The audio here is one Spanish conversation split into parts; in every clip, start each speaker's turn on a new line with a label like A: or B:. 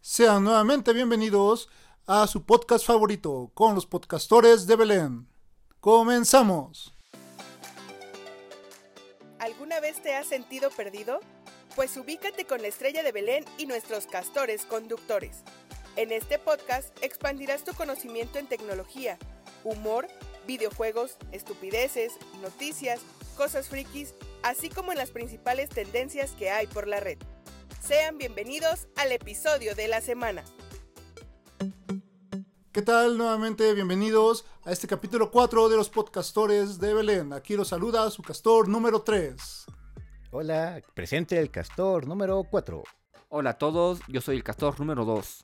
A: Sean nuevamente bienvenidos a su podcast favorito con los podcastores de Belén. Comenzamos.
B: ¿Alguna vez te has sentido perdido? Pues ubícate con la estrella de Belén y nuestros castores conductores. En este podcast expandirás tu conocimiento en tecnología, humor, videojuegos, estupideces, noticias, cosas frikis, así como en las principales tendencias que hay por la red. Sean bienvenidos al episodio de la semana.
A: ¿Qué tal? Nuevamente bienvenidos a este capítulo 4 de los podcastores de Belén. Aquí los saluda su castor número 3.
C: Hola, presente el castor número 4.
D: Hola a todos, yo soy el castor número 2.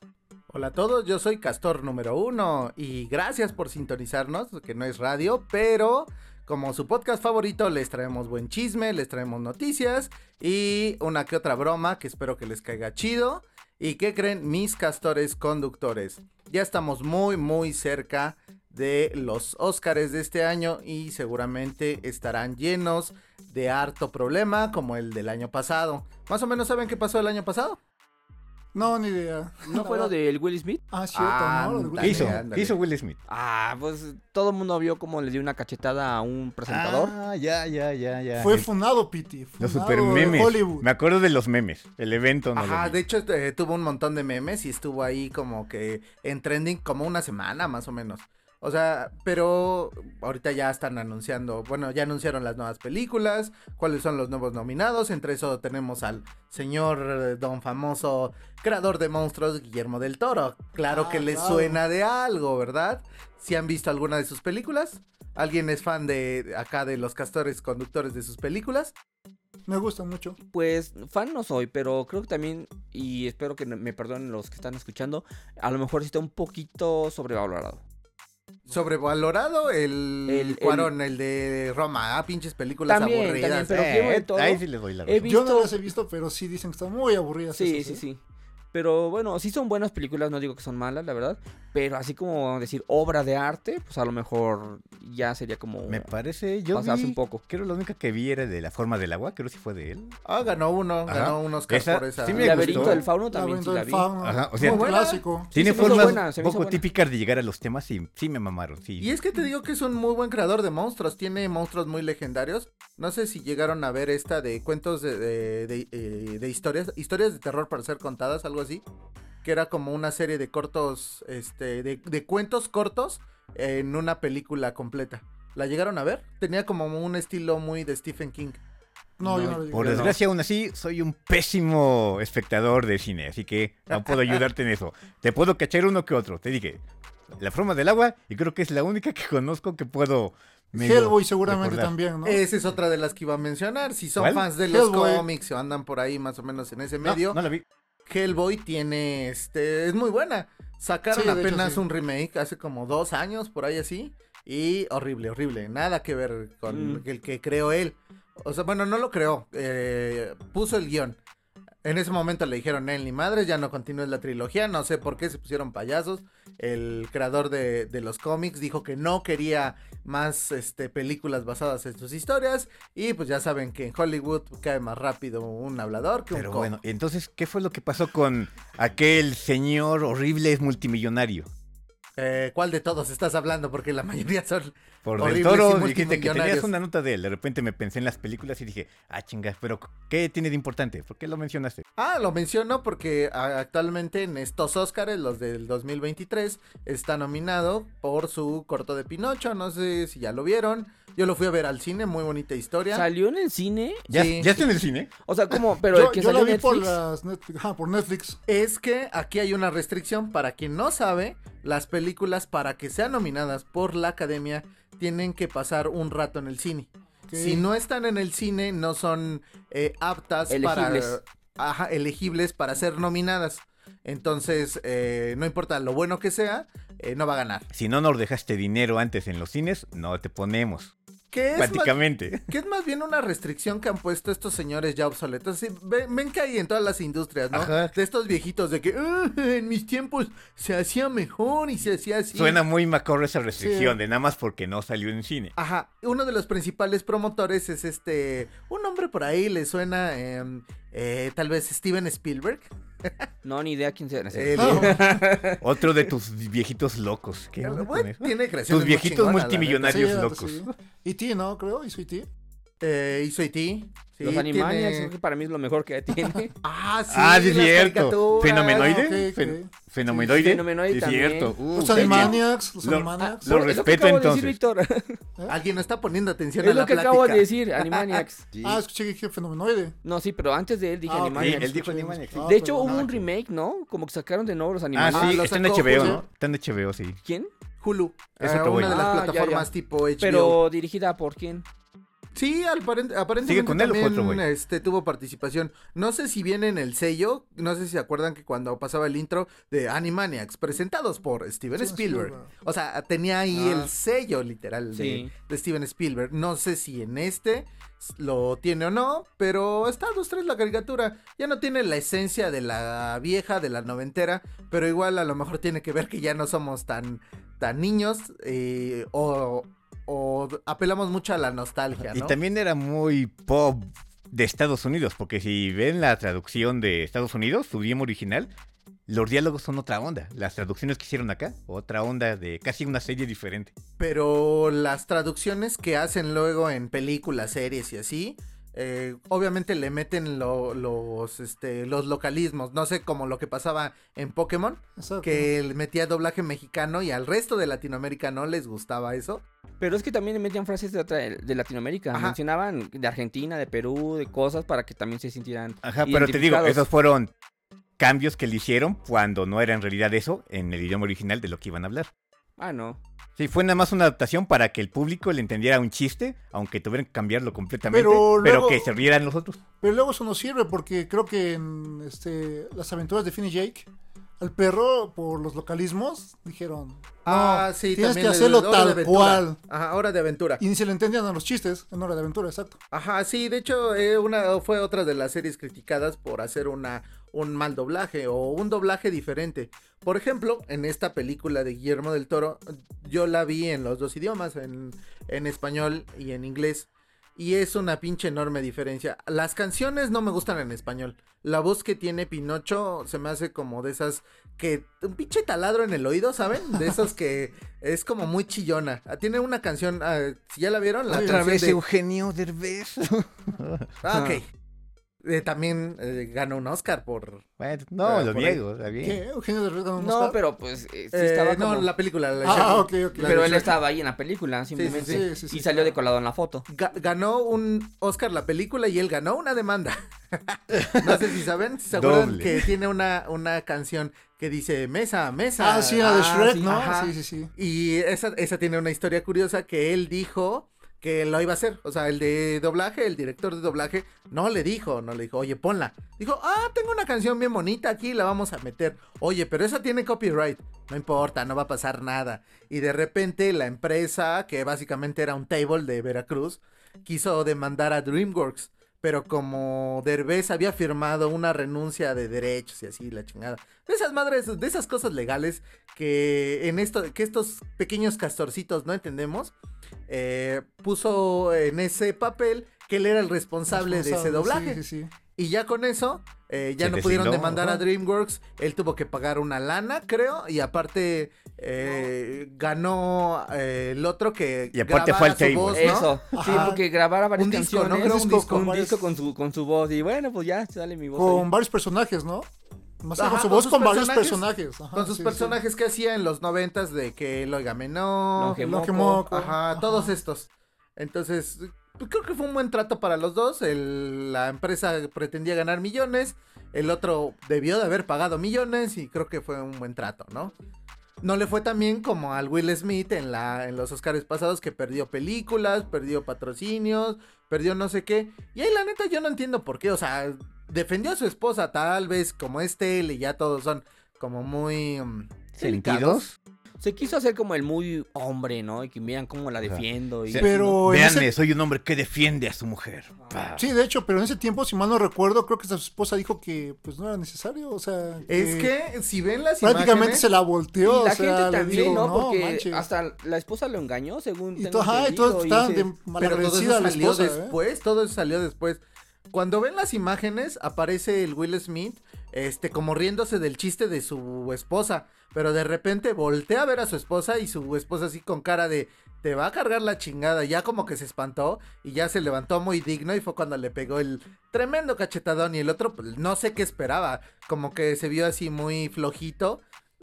E: Hola a todos, yo soy Castor número 1 y gracias por sintonizarnos, que no es radio, pero como su podcast favorito les traemos buen chisme, les traemos noticias y una que otra broma que espero que les caiga chido. ¿Y qué creen mis castores conductores? Ya estamos muy muy cerca de los Óscares de este año y seguramente estarán llenos de harto problema como el del año pasado. ¿Más o menos saben qué pasó el año pasado?
A: No, ni idea.
D: ¿No fue lo del Will Smith?
A: Ah, cierto,
E: Ah,
A: ¿no? Lo de
E: ándale.
C: ¿Qué hizo?
E: ándale.
C: ¿Qué hizo Will Smith?
D: Ah, pues todo el mundo vio cómo le dio una cachetada a un presentador.
C: Ah, ya, ya, ya, ya.
A: Fue
C: El-
A: funado, Piti.
C: los
A: Funado
C: super
A: de
C: memes.
A: Hollywood.
C: Me acuerdo de los memes. El evento. no
E: Ajá,
C: lo
E: de
C: vi.
E: hecho eh, tuvo un montón de memes y estuvo ahí como que en trending como una semana más o menos. O sea, pero ahorita ya están anunciando, bueno, ya anunciaron las nuevas películas, cuáles son los nuevos nominados. Entre eso tenemos al señor eh, don famoso creador de monstruos Guillermo del Toro. Claro
A: Ah,
E: que les
A: claro.
E: suena de algo, ¿verdad? Si han visto alguna de sus películas, alguien es fan de acá de los castores conductores de sus películas.
A: Me gusta mucho.
D: Pues fan no soy, pero creo que también, y espero que me perdonen los que están escuchando, a lo mejor sí está un poquito sobrevalorado.
E: Sobrevalorado el,
D: El- el-
E: Cuarón, el... de Roma. Ah, pinches películas
D: También,
E: aburridas.
D: también, pero
E: Eh,
D: qué bueno todo.
C: Ahí sí les doy la
D: He
C: razón.
A: Yo no
D: visto-
A: las he visto, pero sí dicen que están muy aburridas.
D: Sí,
A: esas,
D: sí,
A: ¿eh?
D: sí. Pero bueno, sí son buenas películas, no digo que son malas, la verdad. Pero así como decir obra de arte, pues a lo mejor ya sería como...
C: Me parece, yo
D: Pasaste
C: vi-
D: un poco.
C: Creo la única que vi era de la forma del agua, creo si fue de él.
E: Ah, ganó uno,
C: Ajá.
E: ganó un Oscar
C: Esa-
E: por esa.
C: sí me
D: Laberinto
C: gustó.
D: del fauno también sí
A: Laberinto
D: la
A: del
D: vi.
A: fauno.
C: Ajá, o sea,
A: Muy
E: buena.
A: clásico.
C: Tiene
D: se me hizo
C: formas
D: buena, se me hizo
C: poco
D: buena.
C: típicas de llegar a los temas y sí me mamaron, sí.
E: Y es que te digo que es un muy buen creador de monstruos. Tiene monstruos muy legendarios. No sé si llegaron a ver esta de cuentos de, de- de- eh, de historias, historias de terror para ser contadas, algo así. Que era como una serie de cortos, este, de, de cuentos cortos en una película completa. ¿La llegaron a ver? Tenía como un estilo muy de Stephen King.
A: No, yo no
D: No,
A: lo
D: y-
A: digo.
C: Por
D: Yo no.
C: desgracia, aún así, soy un pésimo espectador de cine, así que no puedo ayudarte en eso. Te puedo cachar uno que otro, te dije. La forma del agua, y creo que es la única que conozco que puedo. medio
A: Hellboy seguramente
C: recordar.
A: también,
D: Eh,
A: ¿no?
E: Esa es otra de las que iba a mencionar. Si son
C: ¿Cuál?
E: fans de los
A: Hellboy.
E: cómics o andan por ahí más o menos en ese
C: No,
E: medio,
C: no la vi.
E: Hellboy tiene este. Es muy buena. Sacaron
A: Sí, de hecho,
E: apenas
A: sí.
E: un remake hace como dos años, por ahí así. Y horrible, horrible. Nada que ver con
D: Mm.
E: el que creó él. O sea, bueno, no lo creó. eh, puso el guión. En ese momento le dijeron, él ni madre, ya no continúes la trilogía. No sé por qué se pusieron payasos. El creador de, de los cómics dijo que no quería más este, películas basadas en sus historias. Y pues ya saben que en Hollywood cae más rápido un hablador que un
C: Pero
E: cojo.
C: bueno, entonces, ¿qué fue lo que pasó con aquel señor horrible multimillonario?
E: Eh, ¿Cuál de todos estás hablando? Porque la mayoría son.
C: Por
E: Horribles
C: Del
E: y
C: Toro dijiste que tenías
E: multimillonarios.
C: una nota de él. De repente me pensé en las películas y dije, ah, chingas, pero ¿qué tiene de importante? ¿Por qué lo mencionaste?
E: Ah, lo menciono porque a- actualmente en estos Óscares, los del 2023, está nominado por su corto de Pinocho. No sé si ya lo vieron. Yo lo fui a ver al cine, muy bonita historia.
D: ¿Salió en el cine?
C: ¿Ya,
E: Sí.
C: ya está en el cine?
D: O sea, como, pero el
A: Yo,
D: que
A: yo la
D: salió en
A: vi por,
D: Netflix.
A: las Netflix. ajá, por Netflix.
E: Es que aquí hay una restricción. Para quien no sabe, las películas para que sean nominadas por la academia tienen que pasar un rato en el cine.
A: Ok.
E: Si no están en el cine, no son eh, aptas
D: Elegibles.
E: para ajá, elegibles para ser nominadas. Entonces, eh, no importa lo bueno que sea, eh, no va a ganar.
C: Si no nos dejaste dinero antes en los cines, no te ponemos.
E: ¿Qué es, más,
C: prácticamente.
E: que es más bien una restricción que han puesto estos señores ya obsoletos? Sí, ve- ven, que hay en todas las industrias, ¿no?
C: Ajá.
E: De estos viejitos de que "Ah, en mis tiempos se hacía mejor y se hacía así.
C: Suena muy macorro esa restricción
A: Sí.
C: de nada más porque no salió en cine.
E: Ajá, uno de los principales promotores es este, un nombre por ahí le suena, em, eh, tal vez Steven Spielberg.
D: No, ni idea quién sea. No es cierto.
E: El-
A: No,
C: Otro de tus viejitos locos. ¿Qué onda
E: el
C: con
E: güey
C: eso?
E: tiene creaciones
C: Tus
E: muy
C: viejitos
E: chingonas, la
C: multimillonarios
A: sí,
C: locos.
A: sí. Y ti, ¿no? Creo, E y soy ti.
D: Uh,
E: neta. Eh, hizo IT. Sí,
D: Los
E: tiene-
D: animales, creo que para mí es lo mejor que tiene.
E: Ah, sí.
C: ah, sí, es
E: las
C: cierto.
E: caricaturas.
C: Fenomenoide.
A: Ah, ok,
C: Fen-
A: ok.
C: Fenomenoide.
D: Sí, fenomenoide
C: Sí, es
D: también.
C: cierto. Uh,
A: Los
C: qué bien.
A: Animaniacs, los
C: Lo-
A: Animaniacs.
C: lo-
D: Es que
C: respeto,
D: acabo de decir,
C: entonces.
D: Víctor.
E: Alguien no está poniendo atención a
D: Es
E: la
D: lo que
E: plática.
D: acabo de decir, Animaniacs.
C: Sí.
A: Ah, escuché que dije fenomenoide.
D: No, sí, pero antes de él dije
A: Ah, ok.
D: Animaniacs.
C: él dijo Animaniacs, sí.
A: Ah,
D: De hecho,
A: perdón.
D: hubo un
A: Ah,
D: remake, ¿no? Como que sacaron de nuevo los
C: Ah,
D: animales.
E: Ah,
C: sí,
E: lo
C: está en
E: sacó
C: HBO,
E: Julio.
C: ¿no? Está en HBO, sí.
D: ¿Quién?
E: Hulu.
C: Eso
E: Ah,
C: te voy.
E: una de las
D: Ah, ya, ya.
E: plataformas tipo HBO.
D: Pero dirigida por quién.
E: Sí, aparent- aparentemente
C: ¿Sigue con él o fue
E: también
C: otro güey?
E: este, tuvo participación. No sé si viene en el sello, no sé si se acuerdan que cuando pasaba el intro de Animaniacs, presentados por Steven
A: Steven
E: Spielberg.
A: Spielberg.
E: O sea, tenía ahí
D: Ah.
E: el sello literal de,
D: Sí.
E: de Steven Spielberg. No sé si en este s- lo tiene o no, pero está a dos, tres la caricatura. Ya no tiene la esencia de la vieja, de la noventera, pero igual a lo mejor tiene que ver que ya no somos tan, tan niños eh, o... o apelamos mucho a la nostalgia,
C: Y
E: ¿no?
C: también era muy pop de Estados Unidos, porque si ven la traducción de Estados Unidos, su idioma original, los diálogos son otra onda. Las traducciones que hicieron acá, otra onda de casi una serie diferente.
E: Pero las traducciones que hacen luego en películas, series y así, eh, obviamente le meten lo- los, este, los localismos. No sé, como lo que pasaba en Pokémon,
A: Exacto.
E: que le metía doblaje mexicano y al resto de Latinoamérica no les gustaba eso.
D: Pero es que también le metían frases de, otra- de Latinoamérica.
E: Ajá.
D: Mencionaban de Argentina, de Perú, de cosas para que también se sintieran.
C: Ajá, pero te digo,
D: identificados.
C: esos fueron cambios que le hicieron cuando no era en realidad eso en el idioma original de lo que iban a hablar.
D: Ah, no.
C: Sí, fue nada más una adaptación para que el público le entendiera un chiste, aunque tuvieran que cambiarlo completamente,
A: Pero
C: pero,
A: luego-
C: que se rieran los otros.
A: Pero luego eso nos sirve porque creo que en este, las aventuras de Finn y Jake, al perro por los localismos dijeron, no, Ah, tienes que
E: Ah, también el
A: hacerlo
E: Hora de
A: tal
E: Aventura.
A: cual.
E: Ajá, hora de aventura.
A: Y ni se le entendían a los chistes en Hora de Aventura, exacto.
E: Ajá, sí, de hecho, eh, una fue otra de las series criticadas por hacer una un mal doblaje o un doblaje diferente. Por ejemplo, en esta película de Guillermo del Toro, yo la vi en los dos idiomas, en, en español y en inglés. Y es una pinche enorme diferencia. Las canciones no me gustan en español. La voz que tiene Pinocho se me hace como de esas que... Un pinche taladro en el oído, ¿saben? De esas que es como muy chillona. Ah, Tiene una canción, ah, si ya la vieron, la canción de-
C: Eugenio Derbez.
E: Ah,
D: Ah.
E: ok. Eh, también eh, ganó un Oscar por.
C: bueno,
E: Ah,
C: no, lo
E: por ahí.
C: niego, está bien.
A: ¿Qué? ¿Eugenio de ganó un
D: No,
A: Oscar?
D: pero pues eh, sí
E: Eh,
D: estaba
E: No,
D: como-
E: la película. la de
A: Ah,
E: Shrek.
A: ok, ok.
E: La
D: Pero
E: de
D: él
E: Shrek.
D: estaba ahí en la película,
A: sí,
D: simplemente.
A: sí, sí,
D: y salió
A: claro.
D: de colado en la foto.
E: Ga- ganó un Oscar la película y él ganó una demanda. no sé si saben, si se acuerdan
C: Doble.
E: que tiene una, una canción que dice mesa, mesa.
A: Ah, sí, la de
D: Ah,
A: Shrek,
D: sí,
A: ¿no?
E: ajá.
A: Sí, sí, sí.
E: Y esa, esa tiene una historia curiosa que él dijo que lo iba a hacer. O sea, el de doblaje, el director de doblaje, no le dijo, no le dijo, oye, ponla. Dijo, ah, tengo una canción bien bonita aquí, la vamos a meter. Oye, pero esa tiene copyright. No importa, no va a pasar nada. Y de repente la empresa, que básicamente era un table de Veracruz, quiso demandar a DreamWorks. Pero como Derbez había firmado una renuncia de derechos y así, la chingada. De esas madres, de esas cosas legales que en esto, que estos pequeños castorcitos no entendemos, eh, puso en ese papel que él era el responsable, de ese
A: Responsable,
E: doblaje.
A: Sí, sí, sí.
E: Y ya con eso, eh, ya
C: Se
E: no pudieron
C: deslindó,
E: demandar a
C: ajá.
E: DreamWorks. Él tuvo que pagar una lana, creo. Y aparte, eh, ganó eh, el otro que.
C: Y aparte fue
E: grabara
C: al table.
E: su voz, ¿no?
D: Eso, sí,
A: Pues, Ajá.
D: porque grabara varias
E: Un disco, ¿no?
D: canciones.
E: Creo un disco.
D: con, un
A: Varias-
D: disco con su, con su voz. Y bueno, pues ya sale mi voz.
A: Con
D: ahí.
A: varios personajes, ¿no? Más
E: Ajá,
A: con su
E: con
A: voz,
E: sus
A: con varios
E: personajes.
A: personajes. Ajá,
E: Con sus
A: sí, sí.
E: personajes que hacía en los noventas de que el Óigame no.
D: Longe-
A: Lo que
D: Moco.
A: moco.
E: Ajá, todos estos. Entonces, pues, creo que fue un buen trato para los dos. El- la empresa pretendía ganar millones. El otro debió de haber pagado millones y creo que fue un buen trato, ¿no? No le fue tan bien como al Will Smith en, la, en los Oscars pasados que perdió películas, perdió patrocinios, perdió no sé qué. Y ahí la neta yo no entiendo por qué. O sea, defendió a su esposa tal vez como este él y ya todos son como muy... mm, delicados.
C: ¿Sentidos?
D: Se quiso hacer como el muy hombre, ¿no? Y que miran cómo la
C: Ajá.
D: defiendo. Y,
C: Sí.
A: Pero en
C: Veanme,
A: ese-
C: soy un hombre que defiende a su mujer. Pa.
A: Sí, de hecho, pero en ese tiempo, si mal no recuerdo, creo que su esposa dijo que pues no era necesario, o sea...
E: Es que si ven las
A: Prácticamente
E: imágenes...
A: se la
D: Y
A: volteó,
D: la
A: o sea,
D: gente
A: le
D: también,
A: dijo,
D: ¿no?
A: no,
D: Porque
A: manches.
D: hasta la esposa lo engañó, según.
A: Y,
D: tengo
A: to- ajá, y
D: entendido,
A: todos
D: y
A: estaban de
D: dices,
E: Pero todo eso
A: malagradecida a la
E: salió
A: esposa, ¿eh?
E: después, todo eso salió después. Cuando ven las imágenes, aparece el Will Smith este, como riéndose del chiste de su esposa, pero de repente voltea a ver a su esposa y su esposa así con cara de, te va a cargar la chingada, ya como que se espantó y ya se levantó muy digno y fue cuando le pegó el tremendo cachetadón y el otro pues, no sé qué esperaba, como que se vio así muy flojito,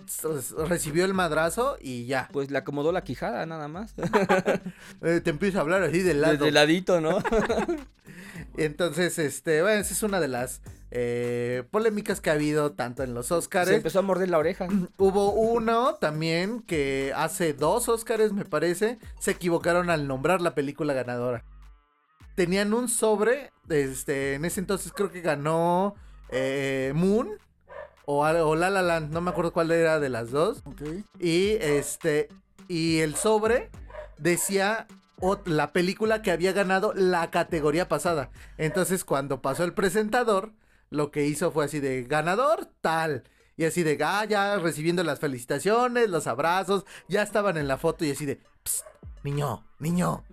E: s- recibió el madrazo y ya,
D: Pues le acomodó la quijada nada más.
E: Eh, te empieza a hablar así del lado.
D: Desde ladito, ¿no?
E: Entonces, este, bueno, esa es una de las eh, polémicas que ha habido tanto en los Oscars.
D: Se empezó a morder la oreja.
E: Hubo uno también que hace dos Óscares, me parece, se equivocaron al nombrar la película ganadora. Tenían un sobre, este, en ese entonces creo que ganó eh, Moon o, al- o La La Land, no me acuerdo cuál era de las dos.
A: Ok.
E: Y este, y el sobre decía ot- la película que había ganado la categoría pasada. Entonces, cuando pasó el presentador, lo que hizo fue así de ganador tal. Y así de, ah, ya recibiendo las felicitaciones, los abrazos, ya estaban en la foto y así de, "Psst, niño, niño,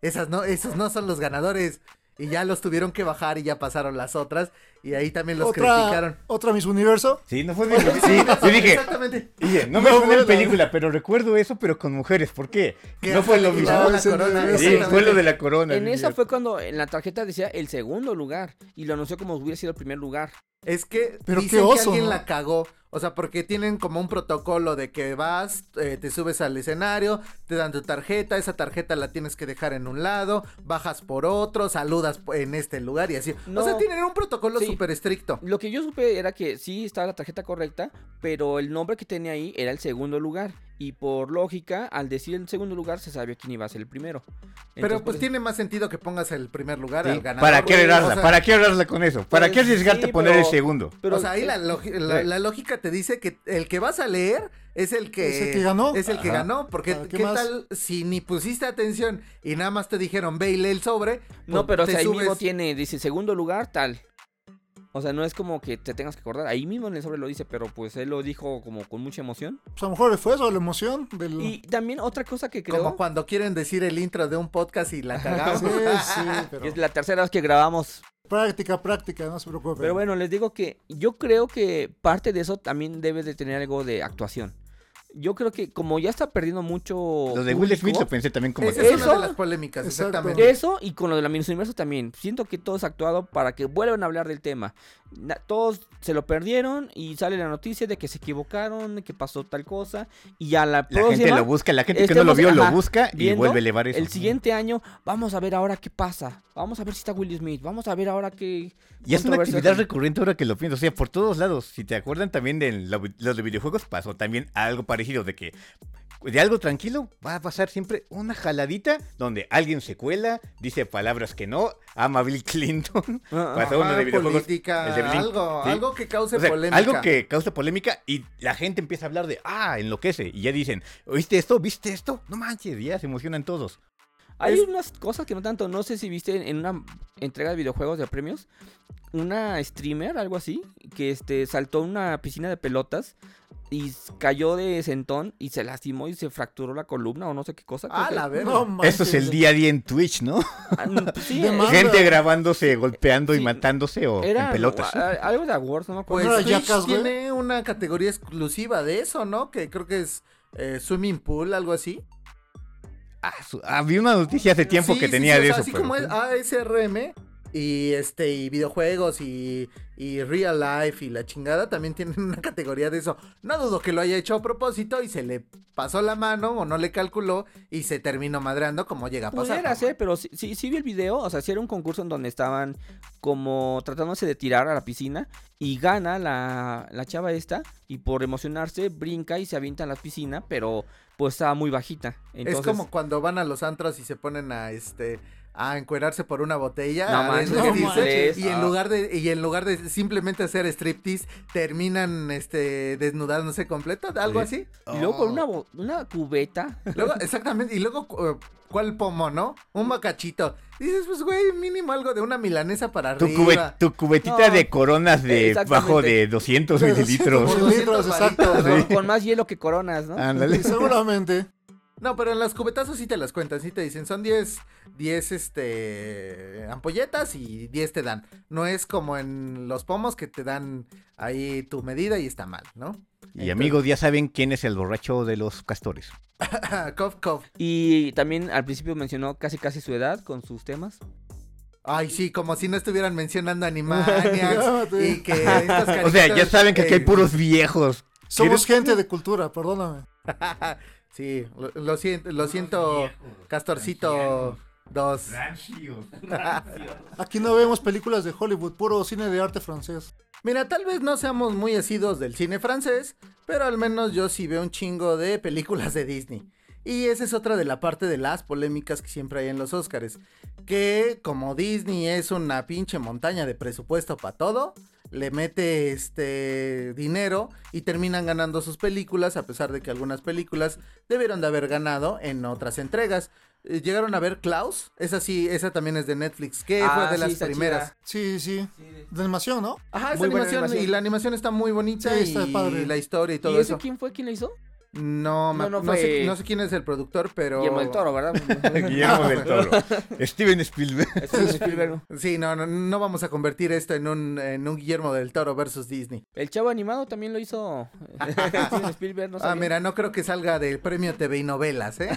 E: esas no, esos no son los ganadores. Y ya los tuvieron que bajar y ya pasaron las otras. Y ahí también los criticaron.
A: Otra, otra Miss Universo.
C: Sí, no fue mi. Sí, yo dije,
E: Exactamente.
C: oye, no me
A: No,
C: suena en
A: bueno.
C: película, pero recuerdo eso, pero con mujeres. ¿Por qué?
E: Que
C: No fue lo
E: le
C: mismo.
E: quitaron la
A: Sí,
E: corona,
A: sí,
C: Sí, fue lo de la corona.
D: En
C: sí,
D: esa
C: cierto.
D: fue cuando en la tarjeta decía el segundo lugar y lo anunció como hubiera sido el primer lugar.
E: Es que
A: Pero
E: dicen
A: qué
E: que
A: oso,
E: alguien
A: ¿no?
E: la cagó. O sea, porque tienen como un protocolo de que vas, eh, te subes al escenario, te dan tu tarjeta, esa tarjeta la tienes que dejar en un lado, bajas por otro, saludas en este lugar y así. O
D: No.
E: sea, tienen un protocolo
D: Sí.
E: súper estricto.
D: Lo que yo supe era que sí estaba la tarjeta correcta, pero el nombre que tenía ahí era el segundo lugar. Y por lógica, al decir el segundo lugar, se sabía quién iba a ser el primero.
E: Pero
D: Entonces,
E: pues
D: por-
E: tiene más sentido que pongas el primer lugar
C: Sí,
E: al ganador.
C: ¿Para qué
E: güey.
C: arreglarla?
E: O sea,
C: ¿Para qué arreglarla con eso? ¿Para
D: pues,
C: qué arriesgarte
D: sí,
C: a poner el
D: pero-
C: segundo?
D: pero-
E: o sea, ahí la, logi- la- la lógica te dice que el que vas a leer es el que,
A: Es el que ganó.
E: Es el que
C: Ajá.
E: ganó, porque
A: Ah,
E: ¿qué,
A: ¿qué más?
E: tal si ni pusiste atención y nada más te dijeron ve y lee el sobre?
D: No,
E: pues,
D: pero o
E: te
D: sea, ahí mismo
E: subes.
D: tiene, dice segundo lugar, tal. O sea, no es como que te tengas que acordar. Ahí mismo en el sobre lo dice, pero pues él lo dijo como con mucha emoción.
A: Pues a lo mejor fue eso, la emoción
E: Mm.
A: del.
D: Y también otra cosa que creo.
E: Como cuando quieren decir el intro de un podcast y la
A: Sí,
E: cagamos.
A: sí, pero.
D: que Es la tercera vez que grabamos.
A: Práctica, práctica, no se preocupen.
D: Pero bueno, les digo que yo creo que parte de eso también debe de tener algo de actuación. Yo creo que como ya está perdiendo mucho.
C: Lo de Will
D: público,
C: Smith lo pensé también como.
E: Esa es una
D: Eso-
E: de las polémicas,
A: Exacto.
E: exactamente.
D: Eso y con lo de la Minus Universo también. Siento que todo es actuado para que vuelvan a hablar del tema. Na- Todos se lo perdieron y sale la noticia de que se equivocaron, de que pasó tal cosa. Y a la
C: La
D: próxima.
C: gente lo busca, la gente que no lo
D: estemos-
C: vio lo
D: Este ajá,
C: busca y
D: viendo
C: vuelve a elevar eso.
D: El siguiente año, vamos a ver ahora qué pasa. Vamos a ver si está Will Smith. Vamos a ver ahora qué.
C: Y es una
D: controversia
C: actividad
D: hay.
C: recurrente ahora que lo pienso, o sea, por todos lados. Si te acuerdan también de la- los de videojuegos, pasó también algo parecido, de que de algo tranquilo va a pasar siempre una jaladita donde alguien se cuela, dice palabras que no, ama a Bill Clinton,
D: Ah,
C: pasa uno
E: Ajá,
C: de videojuegos.
E: política,
C: el de Blink,
E: algo,
C: sí.
E: algo que cause
C: O sea,
E: polémica.
C: algo que causa polémica y la gente empieza a hablar de, ah, enloquece. Y ya dicen, ¿oíste esto? ¿Viste esto? No manches, ya se emocionan todos.
D: Hay
E: Es-
D: unas cosas que no tanto, no sé si viste en una entrega de videojuegos de premios, una streamer, algo así, que este saltó a una piscina de pelotas y s- cayó de sentón y se lastimó y se fracturó la columna o no sé qué cosa. creo
E: Ah,
D: que-
E: la verga.
A: No manches.
C: Eso es el día a día en Twitch, ¿no?
D: Ah, mm, pues sí,
A: De
D: eh,
A: más.
C: Gente
A: Anda.
C: grabándose, golpeando y
D: Sí.
C: matándose o
D: era
C: en pelotas.
D: a- a- algo de awards, no me acuerdo.
E: Pues
A: ¿No era
E: Twitch
A: Jackass, güey?
E: tiene una categoría exclusiva de eso, ¿no? Que creo que es eh, swimming pool, algo así.
C: Ah, su- ah, vi una noticia hace tiempo
E: Sí,
C: que
E: sí,
C: tenía
E: sí, o
C: de
E: sea,
C: eso.
E: Así
C: pero-
E: como es ah, ASRM y este y videojuegos y, y real life y la chingada también tienen una categoría de eso. No dudo que lo haya hecho a propósito y se le pasó la mano o no le calculó y se terminó madreando como llega a pasar.
D: Pudiera ser, pero sí, sí, sí vi el video, o sea, sí era un concurso en donde estaban como tratándose de tirar a la piscina y gana la, la chava esta y por emocionarse brinca y se avienta en la piscina, pero pues estaba muy bajita. Entonces,
E: Es como cuando van a los antros y se ponen a este a encuerarse por una botella
D: No
E: a
D: manches,
E: desvestirse,
A: no manches.
E: y en
D: Ah.
E: lugar de y en lugar de simplemente hacer striptease terminan este desnudándose completa, algo así.
C: pues,
D: Y luego con
E: Oh.
D: una, bo- una cubeta.
E: Luego, exactamente, y luego, cu- eh, ¿cuál pomo, no? Un bacachito. Dices, pues, güey, mínimo algo de una milanesa para
C: oh, Tu,
E: arriba.
C: cube- tu cubetita
D: No.
C: de coronas de
D: Exactamente.
C: bajo de 200
A: Pero sí,
C: mililitros.
A: por
E: Por 200
A: litros,
E: varitos,
A: exacto.
E: ¿no? Ah.
D: Con más hielo que coronas, ¿no?
C: Ándale.
A: Sí, seguramente.
E: No, pero en las cubetazos sí te las cuentan, sí te dicen, son 10, 10 este, ampolletas y 10 te dan. No es como en los pomos que te dan ahí tu medida y está mal, ¿no?
C: Y amigos, ya saben quién es el borracho de los castores.
E: cof, cof.
D: Y también al principio mencionó casi casi su edad con sus temas.
E: Ay, sí, como si no estuvieran mencionando Animaniacs y que estas
C: O sea, ya
E: caricatas,
C: saben que aquí hay
E: eh,
C: puros viejos.
A: Somos gente de cultura, perdóname.
E: Sí, lo, lo siento, lo siento, Castorcito 2.
A: Aquí no vemos películas de Hollywood, puro cine de arte francés.
E: Mira, tal vez no seamos muy asidos del cine francés, pero al menos yo sí veo un chingo de películas de Disney. Y esa es otra de la parte de las polémicas que siempre hay en los Oscars. Que como Disney es una pinche montaña de presupuesto para todo, le mete este dinero y terminan ganando sus películas, a pesar de que algunas películas debieron de haber ganado en otras entregas. Eh, Llegaron a ver Klaus, esa sí, esa también es de Netflix, que
D: Ah,
E: fue de
D: sí,
E: las
D: está
E: primeras.
A: Sí,
D: chida.
A: sí. De animación, ¿no?
E: Ajá, es
D: Muy buena
E: animación,
D: Ah, animación.
E: y la animación está muy bonita
A: Sí, está
E: y
A: padre.
E: la historia y
D: ¿Y
E: todo
D: ese
E: eso.
D: quién fue? ¿Quién la hizo?
E: No, me-
D: No,
E: no,
D: no fue-
E: sé, no sé quién es el productor, pero...
D: Guillermo del Toro, ¿verdad?
C: Guillermo del Toro. Steven Spielberg.
D: Steven Spielberg.
E: Sí, no, no, no vamos a convertir esto en un, en un Guillermo del Toro versus Disney.
D: El chavo animado también lo hizo Steven Spielberg, no
E: ah,
D: sabía.
E: mira, no creo que salga del premio TV y novelas, ¿eh?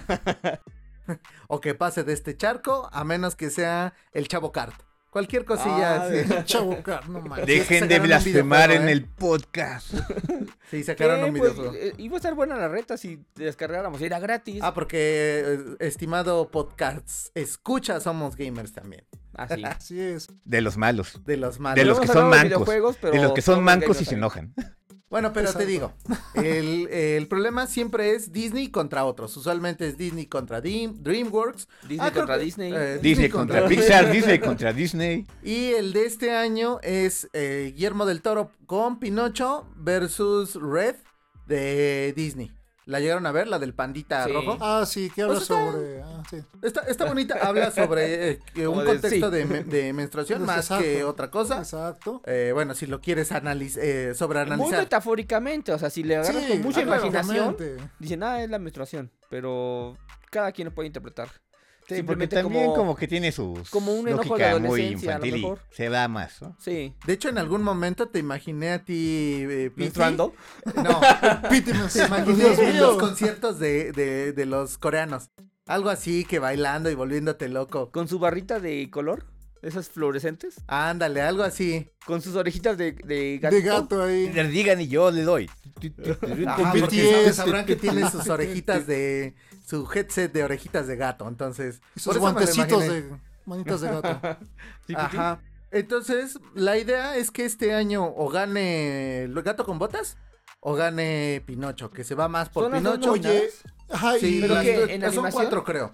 E: o que pase de este charco, a menos que sea el Chavo Cart. Cualquier cosilla.
D: Ah,
E: sí.
A: Chavo Car, no manches.
C: Dejen de
E: sacaron un
C: blasfemar
E: videojuego,
C: en
E: ¿eh?
C: el podcast.
E: Sí,
D: ¿Qué?
E: sacaron un
D: Pues,
E: videojuego.
D: eh, iba a estar buena la reta si descargáramos, era gratis.
E: Ah, porque, eh, estimado podcast, escucha, somos gamers también.
D: Así.
A: Así es.
C: De los malos.
E: De los malos.
C: De los
D: hemos
C: que son
D: hablado de
C: mancos.
D: videojuegos, pero
C: De los que son
D: somos
C: mancos
D: gamers
C: y se
D: también.
C: enojan.
E: Bueno, pero te
A: Exacto.
E: digo, el, el problema siempre es Disney contra otros. Usualmente es Disney contra Dream- DreamWorks.
D: Disney
E: Ah, creo
D: contra
E: que-
D: Disney.
E: eh,
C: Disney contra Pixar, Disney contra Disney.
E: Y el de este año es eh, Guillermo del Toro con Pinocho versus Red de Disney. ¿La llegaron a ver? La del pandita
D: Sí.
E: rojo.
A: Ah, sí, que habla
E: Pues está-
A: sobre. ah, sí.
E: Está, está bonita, habla sobre eh, que
D: Como
E: un
D: de-
E: contexto
D: sí.
E: de, me- de menstruación más
A: Exacto.
E: que otra cosa.
A: Exacto.
E: Eh, bueno, si lo quieres analiz- eh,
D: Muy
E: sobreanalizar.
D: metafóricamente, o sea, si le agarras
A: Sí, ah,
D: con mucha imaginación,
A: claramente.
D: dicen, ah, es la menstruación, pero cada quien lo puede interpretar.
C: Sí, porque también como, que tiene sus
D: como un enojo de
C: lógica muy
D: adolescencia, a lo
C: infantil y
D: mejor.
C: se va más, ¿no?
D: Sí.
E: De hecho, en algún momento te imaginé a ti. eh, Piti.
D: ¿Menstruando?
E: No,
A: Pete Manzano,
E: Te imaginé
A: Dios
E: en
A: mío.
E: los conciertos de, de- de los coreanos. Algo así que bailando y volviéndote loco.
D: Con su barrita de color, esas fluorescentes,
E: Ándale, algo así.
D: con sus orejitas de, de gato.
A: De gato ahí.
C: Les digan y yo le doy.
E: Ajá,
A: Con
E: porque
A: BTS.
E: sab- sabrán que tiene sus orejitas de. su headset de orejitas de gato. Entonces.
A: Y sus
E: por eso me lo
A: guantecitos
E: imaginé.
A: de manitas de gato.
D: Sí, sí, sí.
E: Ajá. Entonces, la idea es que este año o gane el gato con botas o gane Pinocho, que se va más por
D: Son las dos
E: Pinocho. pues
A: Oye, ajá,
E: Sí,
A: y
D: pero
E: las
D: que
E: dos- eh,
D: en
E: son
D: animación-
E: cuatro, creo.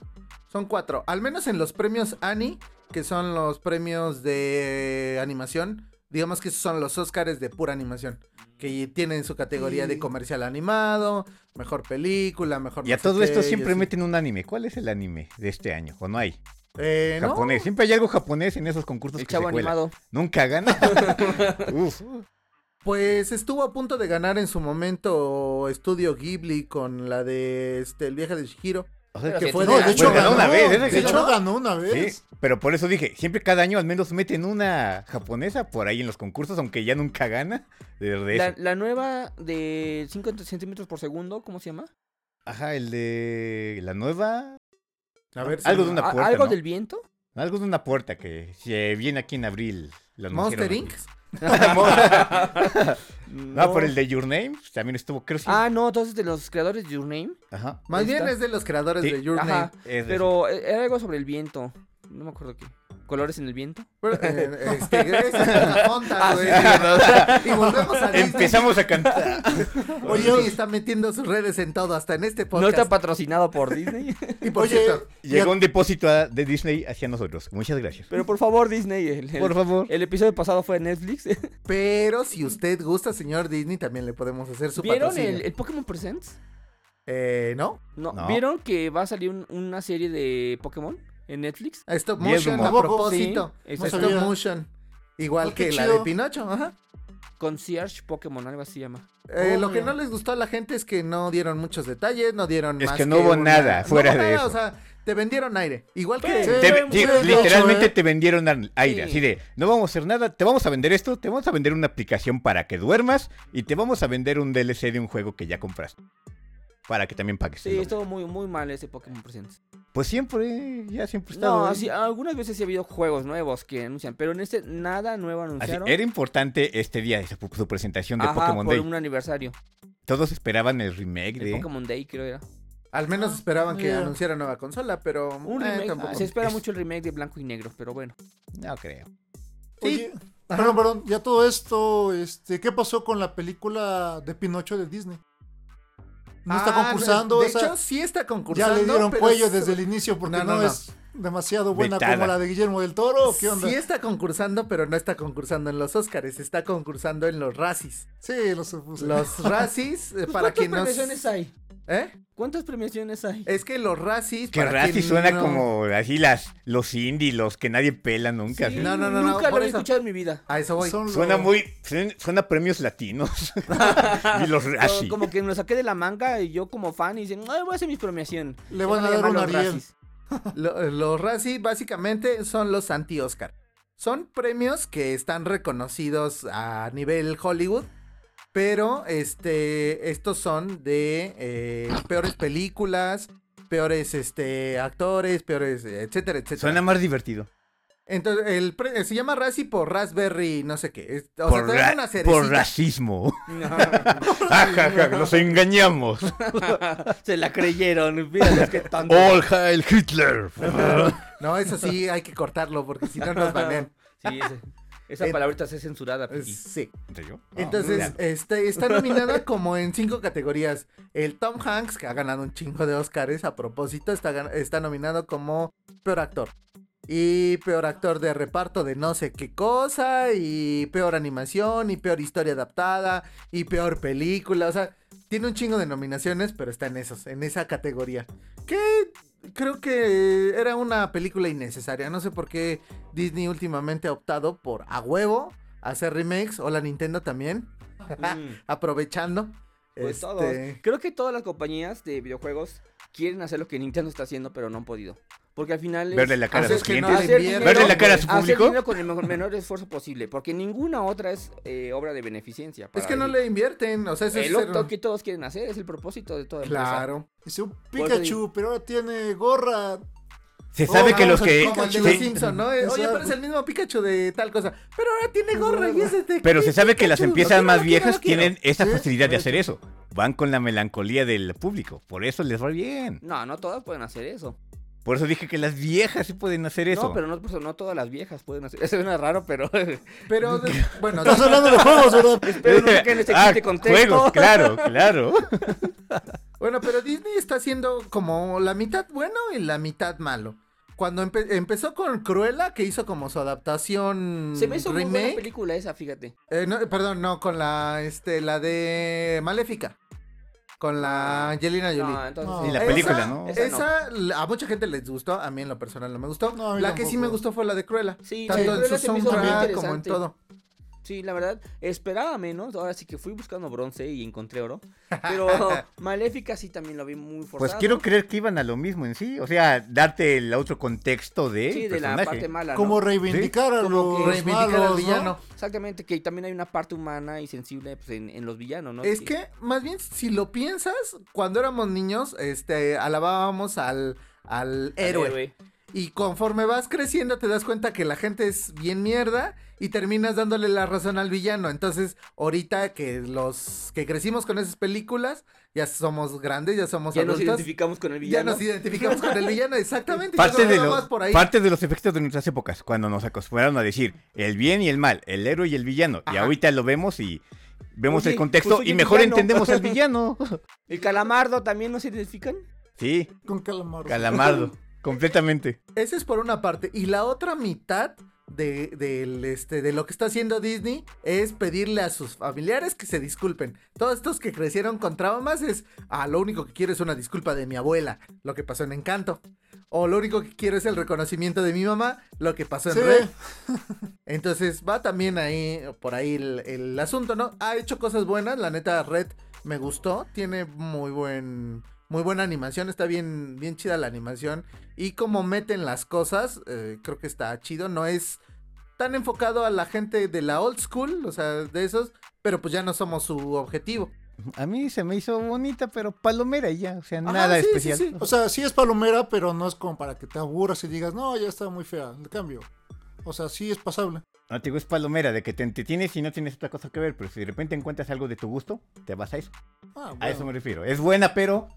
E: Son cuatro. Al menos en los premios Annie, que son los premios de animación. Digamos que esos son los Óscares de pura animación. Que tienen su categoría de
A: Y-
E: comercial animado, mejor película, mejor.
C: Y a
E: no sé
C: todo esto
E: qué, y
C: siempre
E: así.
C: meten un anime. ¿Cuál es el anime de este año? ¿O no hay?
E: Eh, ¿no?
C: Japonés. Siempre hay algo japonés en esos concursos
D: El
C: que se
D: chavo
C: cuelan.
D: animado.
C: Nunca gana. Uf.
E: Pues estuvo a punto de ganar en su momento Estudio Ghibli con la de este, El viaje de Shihiro.
C: O sea,
D: Pero
C: que
D: si
C: fue
D: tú
A: No, de hecho
C: Bueno,
A: ganó,
C: ganó una vez. ¿eh?
A: de
C: Ganó.
A: hecho ganó una vez.
C: Sí, pero por eso dije, siempre cada año al menos meten una japonesa por ahí en los concursos, aunque ya nunca gana. De, de
D: La,
C: eso.
D: la nueva de 5 centímetros por segundo, ¿cómo se llama?
C: Ajá, el de la nueva.
E: A ver si-
C: Algo de una
D: ¿A-
C: puerta.
D: ¿Algo
C: ¿no?
D: del viento?
C: Algo de una puerta que se viene aquí en abril. la anunciaron
E: Monster
C: aquí.
E: Inc.
C: No, por el de Your Name pues, también estuvo, creo sí.
D: Mm, Ah, no, entonces de los creadores de Your Name.
C: Ajá.
E: Más
D: Ahí
E: bien
D: está.
E: es de los creadores
C: Sí.
E: de Your
D: Ajá.
E: Name.
C: Es de-
D: Pero eh, era algo sobre el viento. No me acuerdo qué. ¿Colores en el viento?
E: Pero, eh, este, gracias a la fonda,
D: Ah,
E: güey.
D: sí, ¿verdad?
E: Y volvemos a
C: Empezamos a cantar.
E: Oye, Oye, está metiendo sus redes en todo, hasta en este
D: No está
E: podcast.
D: patrocinado por Disney.
E: y por
A: Oye,
E: cierto,
C: Llegó un depósito a- de Disney hacia nosotros. Muchas gracias.
D: Pero por favor, Disney. El, el-
C: Por favor.
D: el episodio pasado fue de Netflix.
E: pero si usted gusta, señor Disney, también le podemos hacer su
D: ¿Vieron
E: patrocinio.
D: el, el Pokémon Presents?
E: Eh, ¿no?
D: No.
C: No.
D: ¿Vieron que va a salir un- una serie de Pokémon en Netflix?
E: A Stop
C: Y es
E: motion, a
C: rumor.
E: propósito.
D: Sí,
E: A
D: exacto.
E: stop motion. Igual
A: Oh, qué
E: que la
A: chido.
E: de Pinocho, ajá.
D: Concierge Pokémon, algo así se llama.
E: Eh, lo
A: Obvio.
E: que no les gustó a la gente es que no dieron muchos detalles, no dieron
C: Es
E: más
C: que no hubo nada fuera
E: hubo
C: de
E: nada,
C: eso.
E: O sea, te vendieron aire. Igual que...
A: Sí.
C: Te-
A: Eh,
C: sí,
A: pues, de hecho,
C: literalmente
A: ¿eh?
C: te vendieron al aire,
D: Sí.
C: así de, no vamos a hacer nada, te vamos a vender esto, te vamos a vender una aplicación para que duermas y te vamos a vender un DLC de un juego que ya compraste. Para que también pagues. el
D: Sí,
C: doble.
D: estuvo muy, muy mal ese Pokémon Presents.
C: Pues siempre, ya siempre está.
D: No, así, algunas veces sí ha habido juegos nuevos que anuncian, pero en este nada nuevo anunciaron.
C: era importante este día, esa- su presentación de
D: Ajá,
C: Pokémon
D: por
C: Day.
D: un aniversario.
C: Todos esperaban el remake
D: El
C: de...
D: Pokémon Day, creo era.
E: Al menos esperaban que
A: Ya.
E: anunciara nueva consola, pero
D: Un
E: eh,
D: remake.
E: tampoco.
D: ah, Pues, se espera
C: Es-
D: mucho el remake de Blanco y Negro, pero bueno.
C: No creo.
A: Oye, perdón, perdón, ya todo esto, este, ¿qué pasó con la película de Pinocho de Disney? No está
E: Ah,
A: concursando,
E: De
A: esa-
E: hecho, sí está
A: ya
E: concursando.
A: le dieron
E: pero
A: cuello
E: es-
A: desde el inicio porque
E: No,
A: no,
E: no, no.
A: es demasiado buena
C: Vetada.
A: como la de Guillermo del Toro, ¿o ¿qué onda?
E: Sí está concursando, pero no está concursando en los Oscars, está concursando en los Razzies.
A: Sí, lo pues, supuse.
E: Los Razzies, eh, para
D: ¿Cuántas
E: quien no...
D: premiaciones hay?
E: ¿Eh?
D: ¿Cuántas premiaciones hay?
E: Es que los Razzies...
C: Que
E: para
C: Razzie
E: quien
C: suena
E: no-
C: como así las, los indie, los que nadie pela nunca.
D: Sí,
C: ¿sí?
E: No, no, no, no,
D: Nunca lo
E: por
D: había
E: eso.
D: escuchado en mi vida.
E: A eso voy.
A: Son los-
C: Suena muy. Suena, suena a premios latinos. y los
D: Pero
C: Rashi.
D: Como que me lo saqué de la manga y yo como fan y dicen, Ay, voy a hacer mis premiaciones.
A: Le van a dar
D: llamar
A: un
D: los
A: Ariel.
D: Razzies.
E: Lo- los Razzie básicamente son los anti-Oscar. Son premios que están reconocidos a nivel Hollywood, pero este, estos son de eh, peores películas, peores este, actores, peores, eh, etcétera, etcétera.
C: Suena más divertido.
E: Entonces, el pre- se llama Razzie por Raspberry, no sé qué. Es- O sea,
C: Por,
E: te dan
C: ra-
E: una
C: por
E: cerecita.
C: racismo.
D: No,
C: Ajaja, los engañamos.
D: se la creyeron. Mira, qué tontos.
C: All Heil Hitler.
E: No, eso sí hay que cortarlo porque si no nos banean.
D: Sí, ese- esa
E: En-
D: palabrita se censurada.
E: Es-
D: Piki.
E: Sí.
C: ¿Entre yo? Ah,
E: Entonces,
C: mira.
E: este, está nominada como en cinco categorías. El Tom Hanks, que ha ganado un chingo de Oscars a propósito, está, gan- está nominado como peor actor. Y peor actor de reparto de no sé qué cosa, y peor animación, y peor historia adaptada, y peor película. O sea, tiene un chingo de nominaciones, pero está en esos, en esa categoría. Que creo que era una película innecesaria. No sé por qué Disney últimamente ha optado por a huevo hacer remakes, o la Nintendo también,
D: Mm.
E: aprovechando.
D: Pues
E: Este,
D: todos. Creo que todas las compañías de videojuegos quieren hacer lo que Nintendo está haciendo, pero no han podido. Porque al final es
C: Verle la cara a
E: Así
C: los
E: es que no
C: clientes.
E: le
D: hacer
E: invierten,
D: dinero-
C: Verle la cara a su
D: hacer
C: público.
D: dinero con el mejor- menor esfuerzo posible. Porque ninguna otra es eh, obra de beneficencia.
E: Es
D: para
E: que no
D: el-
E: le invierten, o sea, eso
D: Es
E: es
D: lo
E: ser-
D: que todos quieren hacer, es el propósito de toda empresa.
E: Claro.
A: Dice un
D: Por eso
A: Pikachu, pero ahora tiene gorra.
C: Se sabe
A: Oh,
C: que
A: vamos
C: los
A: al
C: que.
E: Como el de
A: Pikachu.
E: los
C: se-
A: Sí.
E: Simpsons, ¿no? Eh, Oye,
A: Exacto.
E: pero es el mismo Pikachu de tal cosa. Pero
D: Pues
E: ahora tiene gorra y es de.
C: Pero se sabe que las
E: Pikachu. Lo
C: empresas
E: quiero,
C: más
E: lo quiero,
C: viejas
E: lo quiero.
C: tienen esa
A: Sí,
C: facilidad de
A: correcto.
C: hacer eso. Van con la melancolía del público. Por eso les va bien.
D: No, no todas pueden hacer eso.
C: Por eso dije que las viejas sí pueden hacer eso.
D: No, pero no, pues, no todas las viejas pueden hacer eso. Suena raro, pero.
E: Pero, de- bueno,
A: Estás hablando de juegos, ¿verdad?
D: espero no saquen este
C: Ah,
D: chiste de contexto.
C: Juegos, claro, claro.
E: Bueno, pero Disney está haciendo como la mitad bueno y la mitad malo. Cuando empe- empezó con Cruella, que hizo como su adaptación
D: Se me hizo muy buena
E: remake.
D: película esa, fíjate.
E: Eh, no, perdón, no, con la este la de Maléfica. Con la Angelina Jolie.
D: No, entonces.
A: No.
D: sí.
C: Ah, Y la
E: Esa-
C: película, ¿no?
E: Esa,
D: Esa no.
E: l- a mucha gente les gustó, a mí en lo personal no me gustó.
A: No, a mí
E: la que sí
A: tampoco.
E: me gustó fue la de Cruella.
D: Sí, la de
E: Tanto en su
D: Cruella se me hizo muy
E: sombra como en
D: interesante.
E: todo.
D: Sí, la verdad, esperaba menos. Ahora sí que fui buscando bronce y encontré oro. Pero Maléfica sí también lo vi muy forzado.
C: Pues quiero creer que iban a lo mismo en sí. O sea, darte el otro contexto de.
D: Sí, de la
C: personaje.
D: parte mala. ¿no?
A: Como reivindicar a
D: Sí, como
A: los
D: que
E: Reivindicar
A: malos,
E: al villano.
D: Exactamente, que también hay una parte humana y sensible pues, en, en los villanos, ¿no?
E: Es que, más bien, si lo piensas, cuando éramos niños, este, alabábamos al,
D: al
E: al héroe. Y conforme vas creciendo, te das cuenta que la gente es bien mierda y terminas dándole la razón al villano. Entonces, ahorita que los que crecimos con esas películas, ya somos grandes, ya somos
D: Ya nos
E: adultos.
D: identificamos con el
E: ya
D: villano.
E: nos identificamos con el villano, exactamente.
C: Parte
E: yo creo
C: de,
E: que
C: lo-
E: va más por ahí.
C: parte de los efectos de nuestras épocas, cuando nos acostumbraron a decir el bien y el mal, el héroe y el villano. Y
E: Ajá.
C: ahorita lo vemos y vemos
D: Oye,
C: el contexto
D: pues soy
C: y
D: un
C: mejor
D: villano.
C: entendemos al villano.
D: El calamardo también nos identifican.
C: Sí,
A: Con calamar.
C: calamardo, completamente.
E: Esa es por una parte. Y la otra mitad de, del, este, de lo que está haciendo Disney es pedirle a sus familiares que se disculpen. Todos estos que crecieron con traumas es, ah, lo único que quiero es una disculpa de mi abuela, lo que pasó en Encanto. o lo único que quiero es el reconocimiento de mi mamá, lo que pasó en
A: Sí.
E: Red. Entonces va también ahí, por ahí el, el asunto, ¿no? Ha hecho cosas buenas, la neta Red me gustó, tiene muy buen, muy buena animación, está bien, bien chida la animación y como meten las cosas, eh, creo que está chido, no es tan enfocado a la gente de la old school, o sea, de esos, pero pues ya no somos su objetivo.
C: A mí se me hizo bonita, pero palomera y ya, o sea,
E: Ajá,
C: nada
E: sí, sí,
C: especial.
E: sí.
A: O sea, sí es palomera, pero no es como para que te aburras y digas, no, ya está muy fea, le cambio. O sea, sí es pasable.
C: No te digo, es palomera, de que te entretienes y no tienes otra cosa que ver, pero si de repente encuentras algo de tu gusto, te vas a eso.
A: Ah,
C: A
A: bueno.
C: eso me refiero. Es buena, pero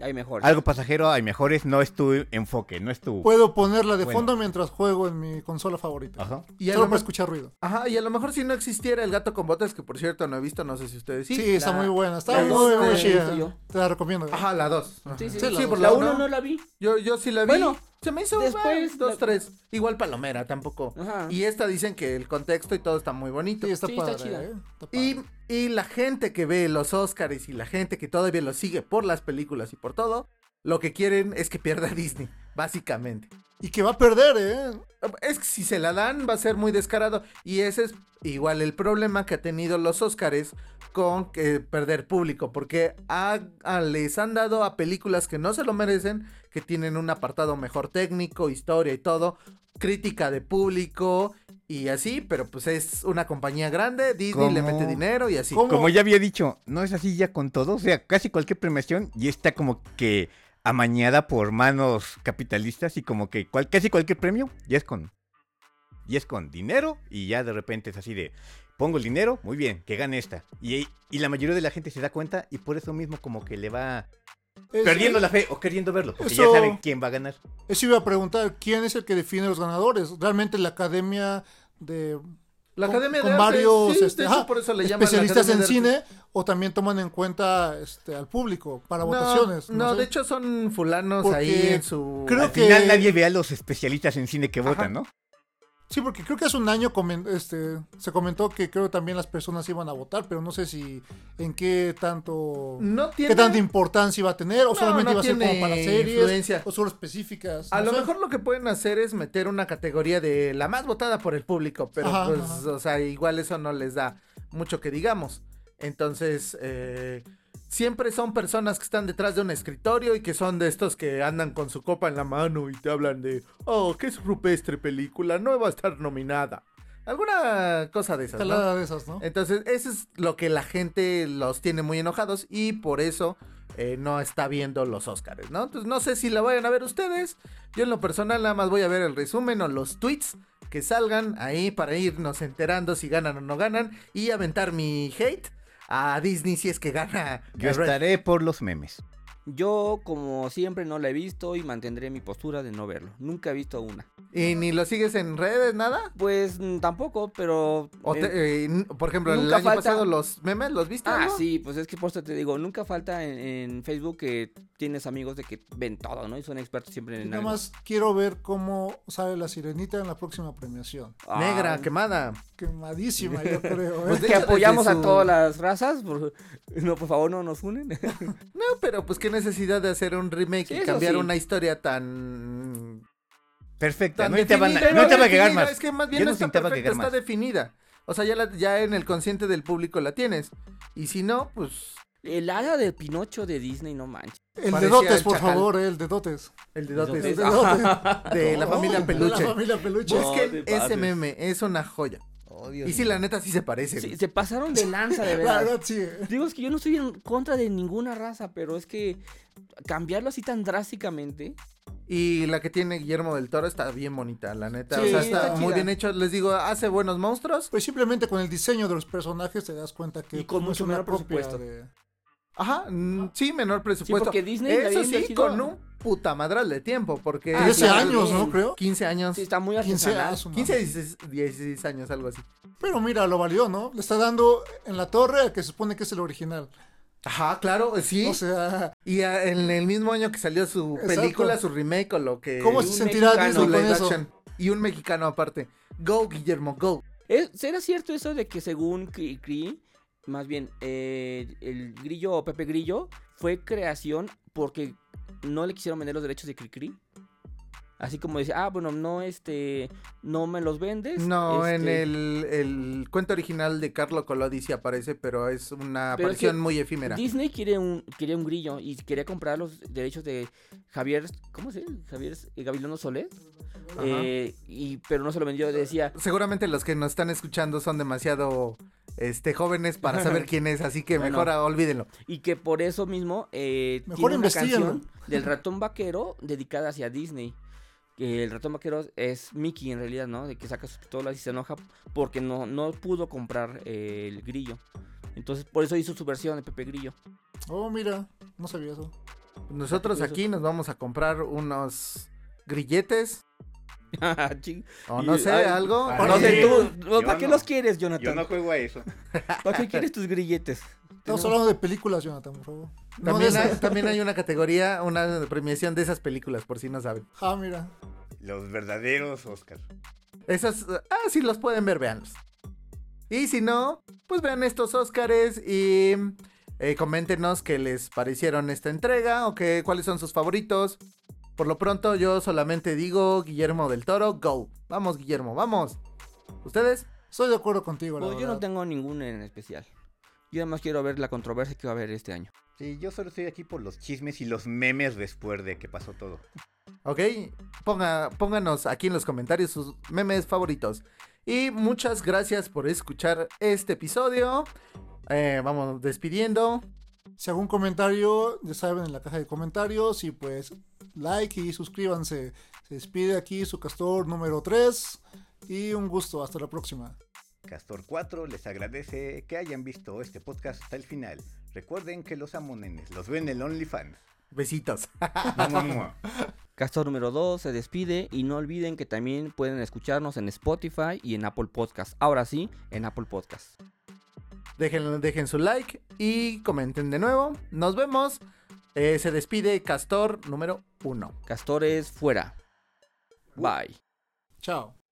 D: Hay mejor.
C: algo pasajero, hay mejores, no es tu enfoque, no es tu...
E: Pues
A: Puedo ponerla de
C: Bueno. Ah.
A: fondo mientras juego en mi consola favorita.
C: Ajá.
E: Y a
A: Solo pues
E: lo
A: para
E: mejor-
A: escuchar ruido.
E: Ajá, y a lo mejor si no existiera el gato con botas, que por cierto no he visto, no sé si ustedes sí.
A: Sí, está
E: la-
A: muy buena. Está muy,
E: la dos,
A: muy
E: eh,
A: chida.
D: visto yo.
A: Te la recomiendo. eh.
E: Ajá, la 2.
D: Sí, sí,
E: Sí,
D: sí.
E: sí, por
D: la
E: la
D: 1
E: uno.
D: no la vi.
E: Yo, yo sí la vi.
D: Bueno,
E: se me hizo
D: después
E: después dos,
D: la- Ah.
E: tres. Igual Palomera, tampoco.
D: Ajá.
E: Y esta dicen que el contexto y todo está muy bonito.
A: Sí, está
D: Sí, está
A: padre.
D: chida.
A: eh. Está padre.
E: Y, y la gente que ve los Oscars y la gente que todavía los sigue por las películas y por todo, lo que quieren es que pierda Disney, básicamente.
A: Y que va a perder, ¿eh?
E: Es que si se la dan va a ser muy descarado. Y ese es igual el problema que ha tenido los Óscares con que perder público. Porque ha- a- les han dado a películas que no se lo merecen, que tienen un apartado mejor técnico, historia y todo, crítica de público y así. Pero pues es una compañía grande, Disney le
C: ¿Cómo?
E: mete dinero y así.
A: ¿Cómo?
C: Como ya había dicho, no es así ya con todo, o sea, casi cualquier premiación ya está como que amañada por manos capitalistas y como que cual- casi cualquier premio ya es con... Y es con dinero y ya de repente es así de, pongo el dinero, muy bien, que gane esta. Y, y la mayoría de la gente se da cuenta y por eso mismo como que le va
E: Pues
A: Es-
C: perdiendo la fe o queriendo verlo, porque ya
A: eso-
C: saben quién va a ganar.
A: Eso iba a preguntar, ¿quién es el que define los ganadores? Realmente la academia de...
E: La
A: con-
E: Academia
A: con
E: de Artes,
A: varios
E: sí, de
A: este,
E: hecho,
A: ajá,
E: por eso le llaman la
A: especialistas en
E: Academia de Artes.
A: cine o también toman en cuenta este, al público para
E: No,
A: votaciones.
E: No,
A: sé.
E: de hecho son fulanos
A: Porque
E: ahí en su...
A: creo
C: Al
A: que-
C: final nadie ve a los especialistas en cine que votan, ¿no?
A: Sí, porque creo que hace un año comen- este, se comentó que creo también las personas iban a votar, pero no sé si en qué tanto...
E: No tiene...
A: ¿Qué tanta importancia iba a tener? ¿O
E: No,
A: solamente
E: no
A: iba a ser como
E: tiene
A: para series?
E: influencia.
A: ¿O solo específicas?
E: A
A: No
E: lo
A: sé.
E: mejor lo que pueden hacer es meter una categoría de la más votada por el público, pero
A: Ajá,
E: pues,
A: ajá.
E: o sea, igual eso no les da mucho que digamos. Entonces, eh, siempre son personas que están detrás de un escritorio y que son de estos que andan con su copa en la mano y te hablan de, oh, qué es rupestre película, no va a estar nominada. Alguna cosa de esas. ¿no?
A: Talada de esas, ¿no?
E: Entonces, eso es lo que la gente los tiene muy enojados y por eso eh, no está viendo los Óscares, ¿no? Entonces, no sé si la vayan a ver ustedes. Yo en lo personal nada más voy a ver el resumen o los tweets que salgan ahí para irnos enterando si ganan o no ganan y aventar mi hate a Disney si es que gana.
C: Yo
E: el Red.
C: estaré por los memes.
D: Yo, como siempre, no la he visto y mantendré mi postura de no verlo. Nunca he visto una.
E: ¿Y ni lo sigues en redes, nada?
D: Pues mm, tampoco, pero.
E: O
D: eh,
E: te- eh, n- por ejemplo, el
D: nunca
E: año
D: falta-
E: pasado los memes, ¿los viste?
D: Ah,
E: algo?
D: sí, pues es que por eso te digo, nunca falta en, en Facebook que tienes amigos de que ven todo, ¿no? Y son expertos siempre
A: Y
D: en
A: nada
D: algo.
A: más quiero ver cómo sale la sirenita en la próxima premiación.
D: Ah,
E: Negra, quemada.
A: Quemadísima, yo creo. ¿eh?
E: Pues de
D: que
E: hecho, desde
D: apoyamos a
E: su-
D: todas las razas. por- No, por favor, no nos unen.
E: No, pero pues qué necesidad de hacer un remake
D: Sí,
E: y
D: eso
E: cambiar
D: sí.
E: una historia tan...
C: Perfecta,
E: tan
C: no te, van a-
E: definida,
C: no te va a
E: definida,
C: llegar más.
E: Es que más
C: Ya
E: bien
C: no
E: no está
C: se te va a
E: perfecta,
C: llegar
E: está
C: más.
E: definida. O sea, ya, la- ya en el consciente del público la tienes. Y si no, pues
D: El hada de Pinocho de Disney, no manches.
A: El de
E: Parecía
A: dotes, por
E: chacal.
A: favor, eh, el de dotes.
E: el dedote
A: El
E: de,
A: de dotes.
E: de la familia
A: No,
E: peluche.
A: La familia peluche.
D: No,
E: Busquen
D: te
E: ese
D: pases.
E: meme, es una joya. y si la neta sí se parece.
D: Sí, se pasaron de lanza, de
A: La
D: verdad.
A: verdad, sí. eh.
D: Digo, es que yo no estoy en contra de ninguna raza, pero es que cambiarlo así tan drásticamente.
E: Y la que tiene Guillermo del Toro está bien bonita, la neta. o
A: Sí,
E: sea, está,
D: está
E: muy
D: chida.
E: bien hecho. Les digo, hace buenos monstruos.
A: Pues simplemente con el diseño de los personajes te das cuenta que pues,
D: Y con
A: no es
D: mucho
A: una
D: menor
A: propia
D: presupuesto.
A: de-
E: Ajá, mm, sí, menor presupuesto.
D: porque Disney le
E: Eso
D: había
E: sí,
D: invertido-
E: con un puta madral de tiempo, porque...
D: Ah,
A: 13
D: claro,
A: años,
D: bien.
A: ¿no? Creo.
E: 15 años.
D: Sí, está muy
A: 15
D: artesanal.
A: a su madre.
E: 15, 16, 16 años, algo así.
A: Pero mira, lo valió, ¿no? Le está dando en la torre al que se supone que es el original.
E: Ajá, claro, sí.
A: O sea,
E: y ah, en el mismo año que salió su
A: Exacto.
E: película, su remake o lo que...
A: ¿cómo
D: Eh, un
A: se sentirá
D: mexicano,
A: Disney
E: su
A: con
E: live
A: eso?
E: action. Y un mexicano aparte. Go, Guillermo, go.
D: ¿Es- ¿Será cierto eso de que según Cri, Cri, más bien eh, el grillo o Pepe Grillo fue creación porque no le quisieron vender los derechos de Cri Cri? Así como dice, ah, bueno, no, este, no me los vendes.
E: No, en
D: este,
E: el, el cuento original de Carlo Collodi sí aparece, pero es una
D: Pero es que
E: aparición muy efímera.
D: Disney quiere un, quería un grillo y quería comprar los derechos de Javier, ¿cómo se llama? Javier eh, Gabilondo Solé.
E: Ajá.
D: Eh, y, pero no se lo vendió, decía,
E: Seguramente los que nos están escuchando son demasiado este, jóvenes para saber quién es, así que
D: Bueno.
E: mejor ah, olvídenlo.
D: y que por eso mismo eh,
A: Mejor
D: tiene una
A: investíguenlo.
D: canción del ratón vaquero dedicada hacia Disney. Que el ratón vaquero es Mickey en realidad, ¿no? De que saca sus pistolas y se enoja porque no, no pudo comprar eh, el grillo. Entonces por eso hizo su versión de Pepe Grillo.
A: Oh, mira, no sabía eso.
E: Nosotros
D: Eso-
E: aquí nos vamos a comprar unos grilletes
D: Ching.
E: o
D: Y-
E: no sé,
D: ay,
E: algo.
C: ay,
E: no
D: No sé,
E: sé.
D: tú,
C: Yo
D: ¿para qué
C: no.
D: los quieres, Jonathan?
C: Yo no juego a eso.
D: ¿Para qué quieres tus grilletes?
A: Estamos hablando de películas, Jonathan, por favor. No de
E: También, hay,
A: esas.
E: también hay una categoría, una premiación de esas películas, por si no saben.
A: Ah, mira.
C: Los verdaderos Oscar.
E: Esas, ah, si los pueden ver, véanlos. Y si no, pues vean estos Óscares y eh, coméntenos qué les parecieron esta entrega o qué cuáles son sus favoritos. Por lo pronto, yo solamente digo Guillermo del Toro, go. Vamos, Guillermo, vamos. ¿Ustedes?
A: Estoy de acuerdo contigo, la
D: Pues yo no
A: verdad.
D: tengo ninguno en especial. Yo además quiero ver la controversia que va a haber este año.
C: Sí, yo solo estoy aquí por los chismes y los memes después de que pasó todo.
E: Ok, ponga, pónganos aquí en los comentarios sus memes favoritos. Y muchas gracias por escuchar este episodio. Eh, vamos despidiendo.
A: Si algún comentario, ya saben, en la caja de comentarios. Y pues, like y suscríbanse. Se despide aquí su castor número 3. Y un gusto, hasta la próxima.
C: Castor 4 les agradece que hayan visto este podcast hasta el final. Recuerden que los amonenes los ven en OnlyFans.
E: Besitos.
C: Mua, mua, mua.
D: Castor número 2 se despide y no olviden que también pueden escucharnos en Spotify y en Apple Podcast. Ahora sí, en Apple Podcast.
E: Dejen, dejen su like y comenten de nuevo. Nos vemos. Eh, se despide Castor número 1.
D: Castores fuera. Bye.
A: Chao.